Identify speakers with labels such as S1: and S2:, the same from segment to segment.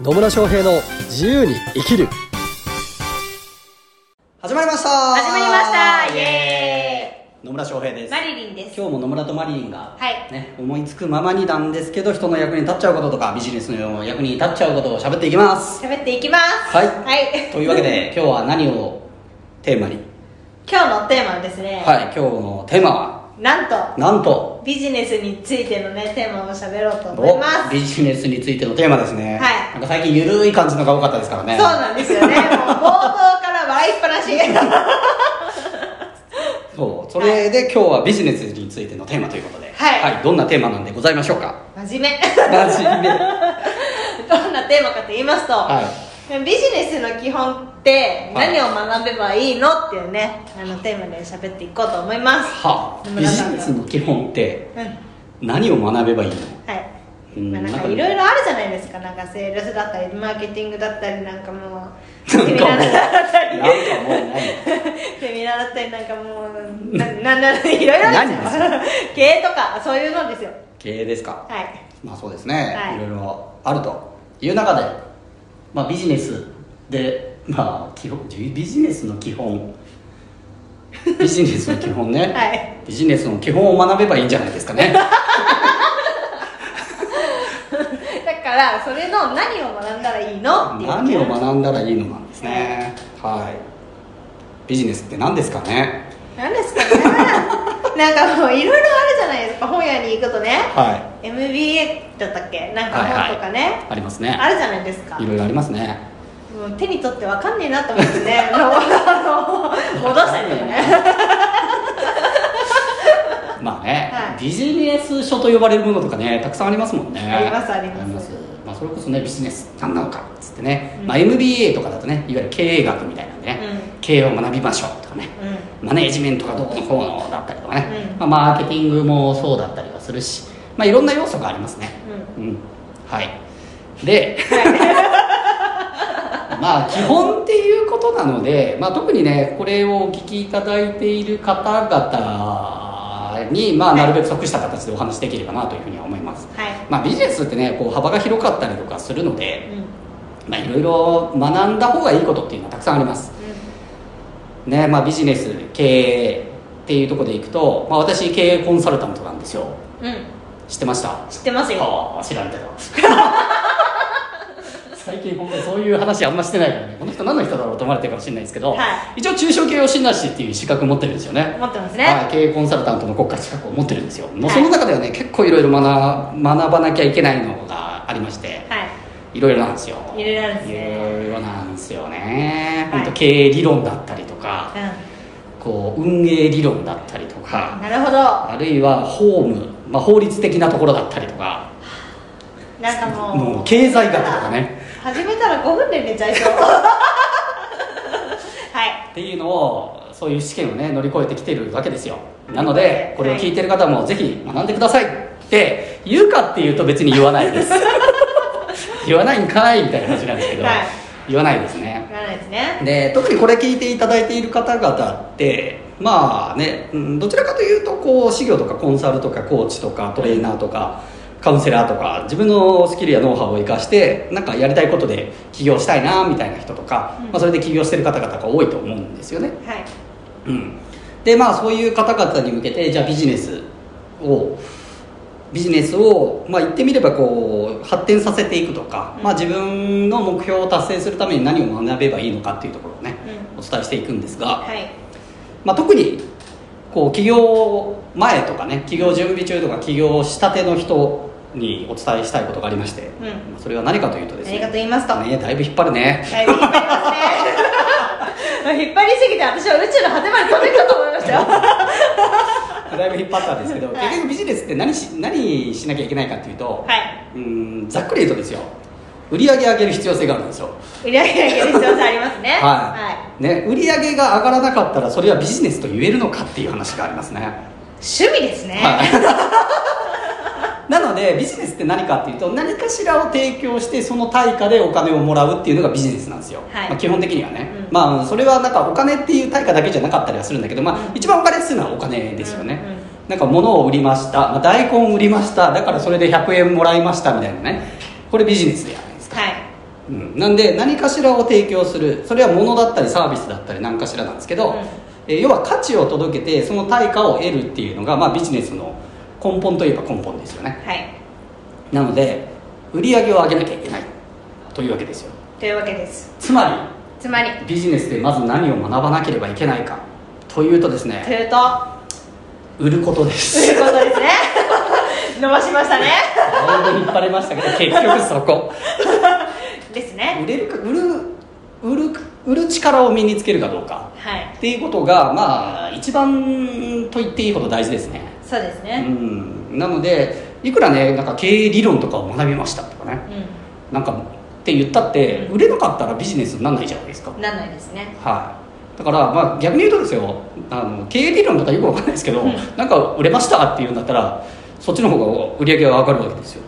S1: 野村翔平の自由に生きる始まりました
S2: 始まりましたイエ
S1: ーイ野村翔平です
S2: マリリンです。
S1: 今日も野村とマリリンが、
S2: はい
S1: ね、思いつくままになんですけど人の役に立っちゃうこととかビジネスの役に立っちゃうことを喋っていきます
S2: 喋っていきます。
S1: はい
S2: はい。
S1: というわけ。で今日は何をテーマに、
S2: 今日のテーマはですね。
S1: はい、今日のテーマは
S2: なんと、
S1: なんと
S2: ビジネスについてのね、テーマを喋ろうと思います。
S1: ビジネスについてのテーマですね、
S2: はい
S1: なんか最近ゆるい感じのが多かったですからね
S2: そうなんで すよね。もう冒頭から笑いっぱなし。は
S1: そうそれで今日はビジネスについてのテーマということで、
S2: はい
S1: どんなテーマなんでございましょうか
S2: い。真面目。
S1: 真面目
S2: どんなテーマかと言いますと、
S1: は
S2: ビジネスの基本って何を学べばいいのっていうね、あのテーマで喋っていこうと思います。
S1: はあビ
S2: 野村
S1: ジ
S2: さん
S1: ネ
S2: が
S1: スの基本って
S2: うん。はい。
S1: 何を学べばいいのうん
S2: まあ、なん
S1: なん
S2: か
S1: か
S2: いろいろあるじゃないですか、なんかセールスだったり、マーケティングだったり、なんかもう、セ
S1: なん
S2: ミ
S1: かもう
S2: ナーだったり、
S1: なんかもう何
S2: セミナーだったり、なんかもう、な なんだろう、いろいろあるじゃ
S1: 何
S2: ん経営とか、そういうのですよ。
S1: 経営ですか
S2: はい。
S1: まあそうですね、、
S2: はいい
S1: ろいろあるという中で、まあ、ビジネスでまあ基本ビビジネスの基 本ビジネスの基本ね、
S2: はい
S1: ビジネスの基本を学べばいいんじゃないですかね
S2: だから、それの何を学んだらいいのっていう。
S1: 何を学んだらいいのなんですねはいビジネスって何ですかね
S2: 何ですかね。なんかもう、いろいろあるじゃないですか、本屋に行くとね、
S1: は
S2: MBA だったっけなんか本とかね、
S1: いありますね
S2: あるじゃないですか
S1: い。ろいろありますね
S2: もう手に取ってわかんねえなと思ってねもうあの戻したりとかね
S1: まあね、
S2: はい
S1: ビジネス書と呼ばれるものとかねたくさんありますもんね
S2: ありますあります
S1: まあ、それこそねビジネス何なのかっつってね、
S2: うん
S1: まあ、MBA とかだとねいわゆる経営学みたいなんでね、
S2: う
S1: 経営を学びましょうとかね
S2: うん
S1: マネージメントがどうのこうのだったりとかね、
S2: うん
S1: まあ、マーケティングもそうだったりはするし、まあ、いろんな要素がありますねうんはい でまあ基本っていうことなので、まあ、特にねこれをお聞きいただいている方々に、まあ、なるべく即した形でお話しできればなというふうには思います、
S2: はい
S1: まあ、ビジネスってねこう幅が広かったりとかするので、
S2: うんうん
S1: まあ、いろいろ学んだ方がいいことっていうのはたくさんありますねまあ、ビジネス経営っていうところでいくと、まあ、私経営コンサルタントなんですよ
S2: うん
S1: 知ってました
S2: 知ってますよ
S1: ああ知らんけど 最近本当にそういう話あんましてないからねこの人何の人だろうと思われてるかもしれないですけど、
S2: は
S1: 一応中小企業診断士っていう資格持ってるんですよね
S2: 持ってます
S1: は
S2: ね
S1: い、経営コンサルタントの国家資格を持ってるんですよ、もう
S2: はい
S1: その中ではね結構いろいろ学学ばなきゃいけないのがありまして
S2: はい
S1: いろいろなんですよ
S2: いろいろなんですね
S1: いろいろなんですよね、
S2: はい
S1: 本当経営理論だったりとか
S2: う
S1: こう運営理論だったりとか、
S2: んなるほど
S1: あるいはホーム、まあ、法律的なところだったりとか
S2: なんかもう
S1: もう経済学とかね
S2: 始めたら5分で寝ちゃいそう はい
S1: っていうのをそういう試験をね乗り越えてきてるわけですよなのでこれを聞いてる方もぜひ学んでくださいって言うかっていうと別に言わないです 言わないんかいみたいな話なんですけど、
S2: はい
S1: 言わないですね
S2: いらないですね
S1: で特にこれ聞いていただいている方々ってまあねうんどちらかというとこう資料とかコンサルとかコーチとかトレーナーとかカウンセラーとか自分のスキルやノウハウを生かしてなんかやりたいことで起業したいなみたいな人とか、
S2: うん
S1: まあ、それで起業してる方々が多いと思うんですよね。
S2: はい
S1: うん、でまあそういう方々に向けてじゃあビジネスをビジネスを、まあ、言ってみればこう発展させていくとか、
S2: うん
S1: まあ、自分の目標を達成するために何を学べばいいのかっていうところをね、
S2: う
S1: お伝えしていくんですが、
S2: はい
S1: まあ、特にこう起業前とかね起業準備中とか起業したての人にお伝えしたいことがありまして、
S2: うん
S1: それは何かというとです
S2: 何
S1: ね
S2: かと言いますとはい
S1: ねだいぶ引っ張る ね
S2: 引っ張りますね 引っ張りすぎて私は宇宙の果てまで飛べるかと思いましたよ
S1: だいぶ引っ張ったんですけど、
S2: はい
S1: 結局ビジネスって何し何しなきゃいけないかっていうと、
S2: は
S1: うーんざっくり言うとですよ売り上げ上げる必要性があるんですよ、
S2: い。売り上げ上げる必要性ありますね。
S1: はいね、売り上げが上がらなかったらそれはビジネスと言えるのかっていう話がありますね、
S2: 趣味ですね。
S1: はい、なのでビジネスって何かっていうと何かしらを提供してその対価でお金をもらうっていうのがビジネスなんですよ、
S2: はい
S1: まあ基本的にはね、
S2: うん
S1: まあそれはなんかお金っていう対価だけじゃなかったりはするんだけど、まあ
S2: う、ん
S1: 一番お金するのはお金ですよね、
S2: うんうん
S1: なんか物を売りました、まあ、大根売りましただからそれで100円もらいましたみたいなねこれビジネスじゃないですか
S2: はい。
S1: うん、なんで何かしらを提供するそれは物だったりサービスだったり何かしらなんですけど、
S2: うん
S1: えー要は価値を届けてその対価を得るっていうのが、まあ、ビジネスの根本といえば根本ですよね
S2: はい
S1: なので売り上げを上げなきゃいけないというわけですよ
S2: というわけです
S1: つま
S2: つまり
S1: りビジネスでまず何を学ばなければいけないかというとです
S2: と
S1: ね
S2: いうと
S1: 売ることで
S2: とい
S1: す
S2: うことですね伸ばしましたね
S1: だいぶ引っ張れましたけど結局そこ
S2: ですね
S1: 売れるか売る売る売る力を身につけるかどうか
S2: はい
S1: っていうことがまあ一番と言っていいほど大事ですね
S2: そうです
S1: う
S2: ね
S1: んなのでいくらねなんか経営理論とかを学びましたとかね
S2: う
S1: なんかって言ったって
S2: うん
S1: 売れなかったらビジネスにならないじゃないですか
S2: んなんないですね
S1: はいだからまあ逆に言うとですよあの経営理論とかよくわかんないですけど、
S2: うん
S1: なんか売れましたっていうんだったらそっちの方が売り上げが上がるわけですよ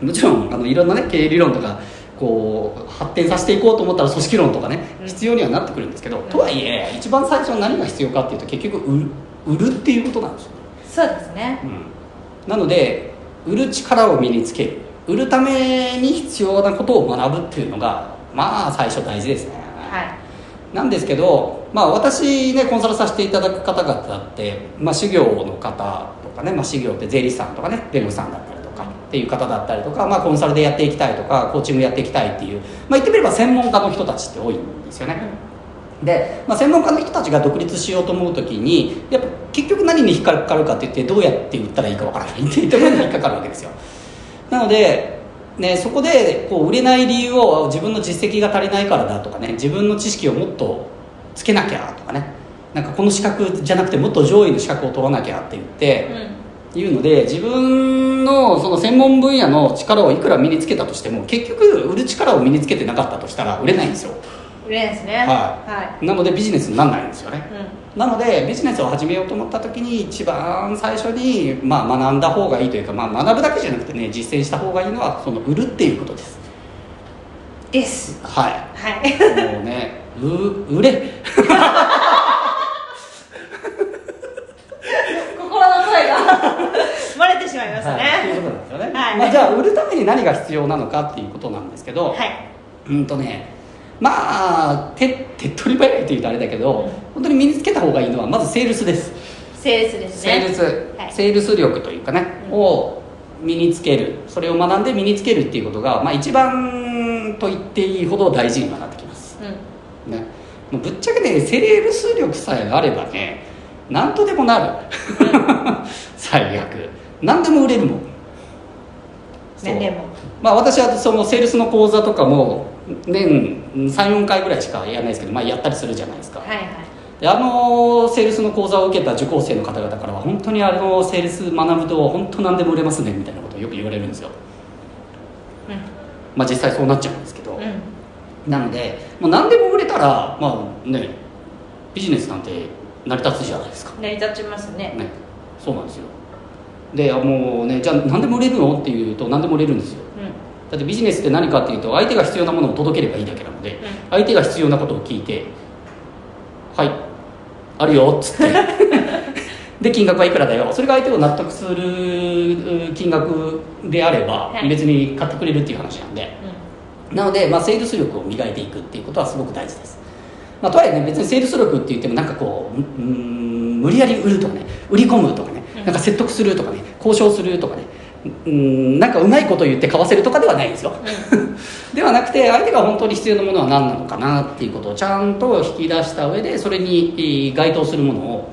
S2: うん
S1: もちろんあのいろんなね経営理論とかこう発展させていこうと思ったら組織論とかね、
S2: うん
S1: 必要にはなってくるんですけど、
S2: ん
S1: とはいえ一番最初に何が必要かっていうと結局売る売るっていうことなんですよ、
S2: そうですね
S1: うん、なので売る力を身につける売るために必要なことを学ぶっていうのがまあ最初大事ですね、
S2: は
S1: なんですけど、まあ、私ねコンサルさせていただく方々って、まあ、修行の方とかね、まあ、修行って税理士さんとかね弁護士さんだったりとかっていう方だったりとか、まあ、コンサルでやっていきたいとかコーチングやっていきたいっていう、まあ、言ってみれば専門家の人たちって多いんですよね。で、まあ、専門家の人たちが独立しようと思うときにやっぱ結局何に引っかかるかって言ってどうやって売ったらいいかわからないって言っても引っかかるわけですよなので、ね、そこでこう売れない理由を自分の実績が足りないからだとかね自分の知識をもっとつけなきゃとかねなんかこの資格じゃなくてもっと上位の資格を取らなきゃって言っ
S2: い
S1: て、
S2: うん
S1: いうので自分のその専門分野の力をいくら身につけたとしても結局売る力を身につけてなかったとしたら売れないんですよ
S2: 売れないですね
S1: はなのでビジネスにならないんですよね
S2: はいうん
S1: なのでビジネスを始めようと思った時に一番最初に、まあ、学んだ方がいいというか、まあ、学ぶだけじゃなくてね実践した方がいいのはその売るっていうことです
S2: です
S1: はい
S2: はい
S1: もうねう売れ
S2: 心の声が 漏れてしまいました
S1: はい、ってい
S2: ね
S1: うことなんですよね、
S2: はい
S1: まあ、じゃあ売るために何が必要なのかっていうことなんですけど、
S2: はい
S1: うんとねまあ手手っ取り早いというとあれだけど、本当に身につけた方がいいのはまずセールスです
S2: セールスです
S1: セール
S2: ね
S1: ス、
S2: はい
S1: セールス力というかね、
S2: うん
S1: を身につけるそれを学んで身につけるっていうことが、まあ、一番と言っていいほど大事にはなってきます、
S2: う
S1: ね、もうぶっちゃけねセールス力さえあればね何とでもなる 最悪何でも売れるもん
S2: ん何でも
S1: まあ、私はそのセールスの講座とかも年34回ぐらいしかやらないですけど、まあ、やったりするじゃないですか、
S2: はいはい
S1: であのセールスの講座を受けた受講生の方々からは本当にあのセールス学ぶと本当何でも売れますねみたいなことをよく言われるんですよ、まあ、実際そうなっちゃうんですけど、
S2: うんうん
S1: なのでもう何でも売れたらまあねビジネスなんて成り立つじゃないですか
S2: 成り立ちますね
S1: ねそうなんですよであもうねじゃあ何でも売れるのっていうと何でも売れるんですよ
S2: うん
S1: だってビジネスって何かっていうと相手が必要なものを届ければいいだけなので、相手が必要なことを聞いて「はいあるよ」っつって で金額はいくらだよそれが相手を納得するう金額であれば、
S2: はい
S1: 別に買ってくれるっていう話なんで
S2: う
S1: なので、まあ、セールス力を磨いていくっていうことはすごく大事です、まあ、とはいえね別にセールス力って言ってもなんかこううーん無理やり売るとかね売り込むとかね
S2: うん
S1: なんか説得するとかね交渉するとかねうーんなんかうまいこと言って買わせるとかではないんですよ
S2: んうん
S1: ではなくて相手が本当に必要なものは何なのかなっていうことをちゃんと引き出した上でそれにえー該当するものを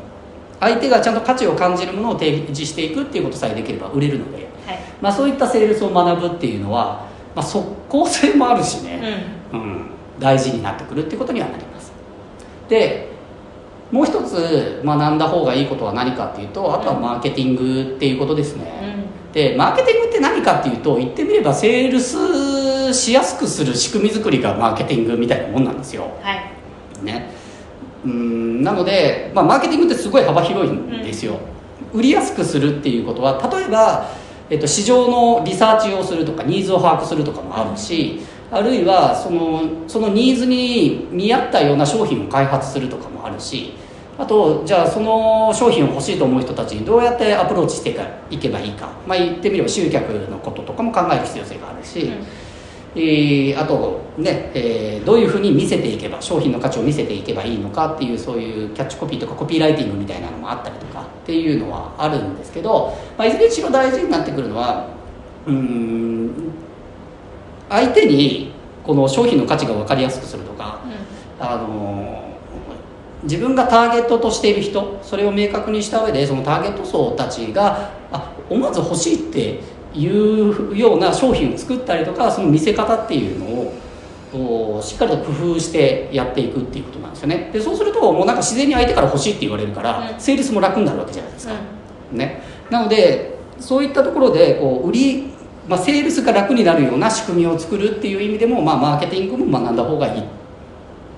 S1: 相手がちゃんと価値を感じるものを提示していくっていうことさえできれば売れるので、
S2: はい
S1: まあ、そういったセールスを学ぶっていうのは、まあ、即効性もあるしね、
S2: う
S1: うん、大事になってくるってことにはなりますでもう一つ学んだ方がいいことは何かっていうとあとはマーケティングっていうことですね、
S2: んうん
S1: でマーケティングって何かっていうと言ってみればセールスしやすくする仕組み作りがマーケティングみたいなもんなんですよ、
S2: はい
S1: ね、うんなので、まあ、マーケティングってすごい幅広いんですよ、売りやすくするっていうことは例えば、えっと、市場のリサーチをするとかニーズを把握するとかもあるし、あるいはそのそのニーズに見合ったような商品を開発するとかもあるしあとじゃあその商品を欲しいと思う人たちにどうやってアプローチしていけばいいか、まあ、言ってみれば集客のこととかも考える必要性があるし、
S2: うん
S1: えーあとね、えーどういうふうに見せていけば商品の価値を見せていけばいいのかっていうそういうキャッチコピーとかコピーライティングみたいなのもあったりとかっていうのはあるんですけど、まあ、いずれにしろ大事になってくるのはうーん相手にこの商品の価値が分かりやすくするとか、あの自分がターゲットとしている人それを明確にした上でそのターゲット層たちがあ思わず欲しいっていうような商品を作ったりとかその見せ方っていうのをおしっかりと工夫してやっていくっていうことなんですよねでそうするともうなんか自然に相手から欲しいって言われるから、
S2: うん
S1: 成立も楽になるわけじゃないですか、ね、なのでそういったところでこう売り、まあ、セールスが楽になるような仕組みを作るっていう意味でも、まあ、マーケティングも学んだ方がいい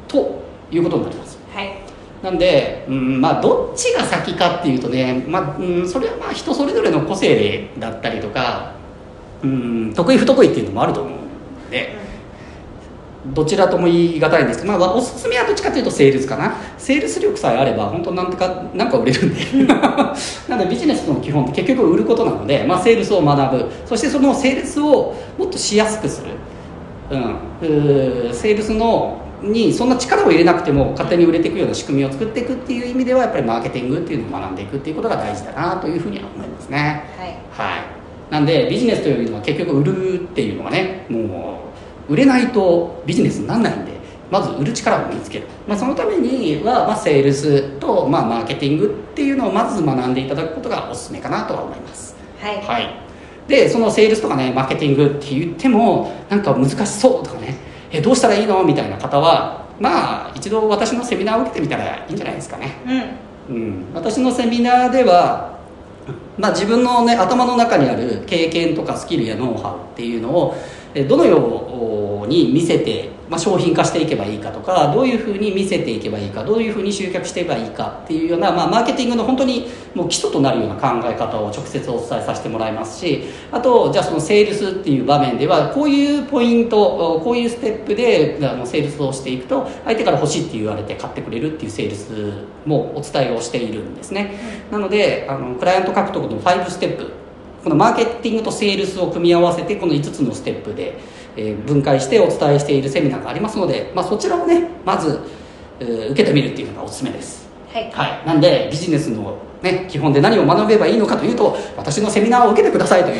S1: ということになります
S2: はい
S1: なんで、うんまあ、どっちが先かっていうとね、まあうん、それはまあ人それぞれの個性だったりとか、うん、得意不得意っていうのもあると思うんでどちらとも言い難いんですけど、まあ、おすすめはどっちかというとセールスかなセールス力さえあれば本当なんとかなんか売れるんで なのでビジネスの基本って結局売ることなので、まあ、セールスを学ぶそしてそのセールスをもっとしやすくする、うん、うーセールスのにそんな力を入れなくても勝手に売れていくような仕組みを作っていくっていう意味ではやっぱりマーケティングっていうのを学んでいくっていうことが大事だなというふうには思いますね。
S2: はい
S1: はい、なんでビジネスというのは結局売るっていうのがねもう売れないとビジネスにならないんでまず売る力を身につける、まあ、そのためには、まあ、セールスと、まあ、マーケティングっていうのをまず学んでいただくことがおすすめかなとは思います
S2: はい
S1: はいでそのセールスとかねマーケティングって言ってもなんか難しそうとかねえどうしたらいいのみたいな方はまあ一度私のセミナーを受けてみたらいいんじゃないですかね
S2: うん
S1: うん、私のセミナーでは、まあ、自分の、ね、頭の中にある経験とかスキルやノウハウっていうのをえどのように見せて、まあ、商品化していけばいいかとかどういうふうに見せていけばいいかどういうふうに集客していけばいいかっていうような、まあ、マーケティングの本当にもう基礎となるような考え方を直接お伝えさせてもらいますしあとじゃあそのセールスっていう場面ではこういうポイントこういうステップであのセールスをしていくと相手から欲しいって言われて買ってくれるっていうセールスもお伝えをしているんですね、なのであのクライアント獲得の5ステップこのマーケティングとセールスを組み合わせてこの5つのステップで、えー分解してお伝えしているセミナーがありますので、まあ、そちらをねまず、えー受けてみるっていうのがおすすめです
S2: はい
S1: はい、なんでビジネスの、ね、基本で何を学べばいいのかというと私のセミナーを受けてくださいとい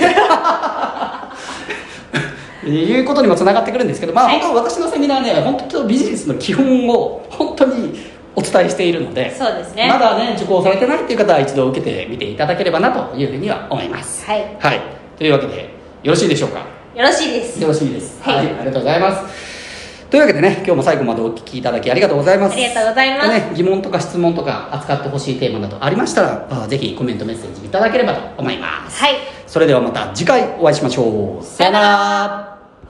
S1: う いうことにもつながってくるんですけど、まあ、
S2: はい
S1: 本当私のセミナーね本当ビジネスの基本を本当にお伝えしているので
S2: そうですね
S1: まだね受講されてないっていう方は一度受けてみていただければなというふうには思います。
S2: はい
S1: はい、というわけでよろしいでしょうか
S2: よろしいです
S1: よろしいです。
S2: はい
S1: ありがとうございます。というわけでね、今日も最後までお聞きいただきありがとうございます。
S2: ありがとうございます
S1: ね、疑問とか質問とか扱ってほしいテーマなどありましたら、あぜひコメントメッセージいただければと思います。
S2: はい
S1: それではまた次回お会いしましょう。さよなら。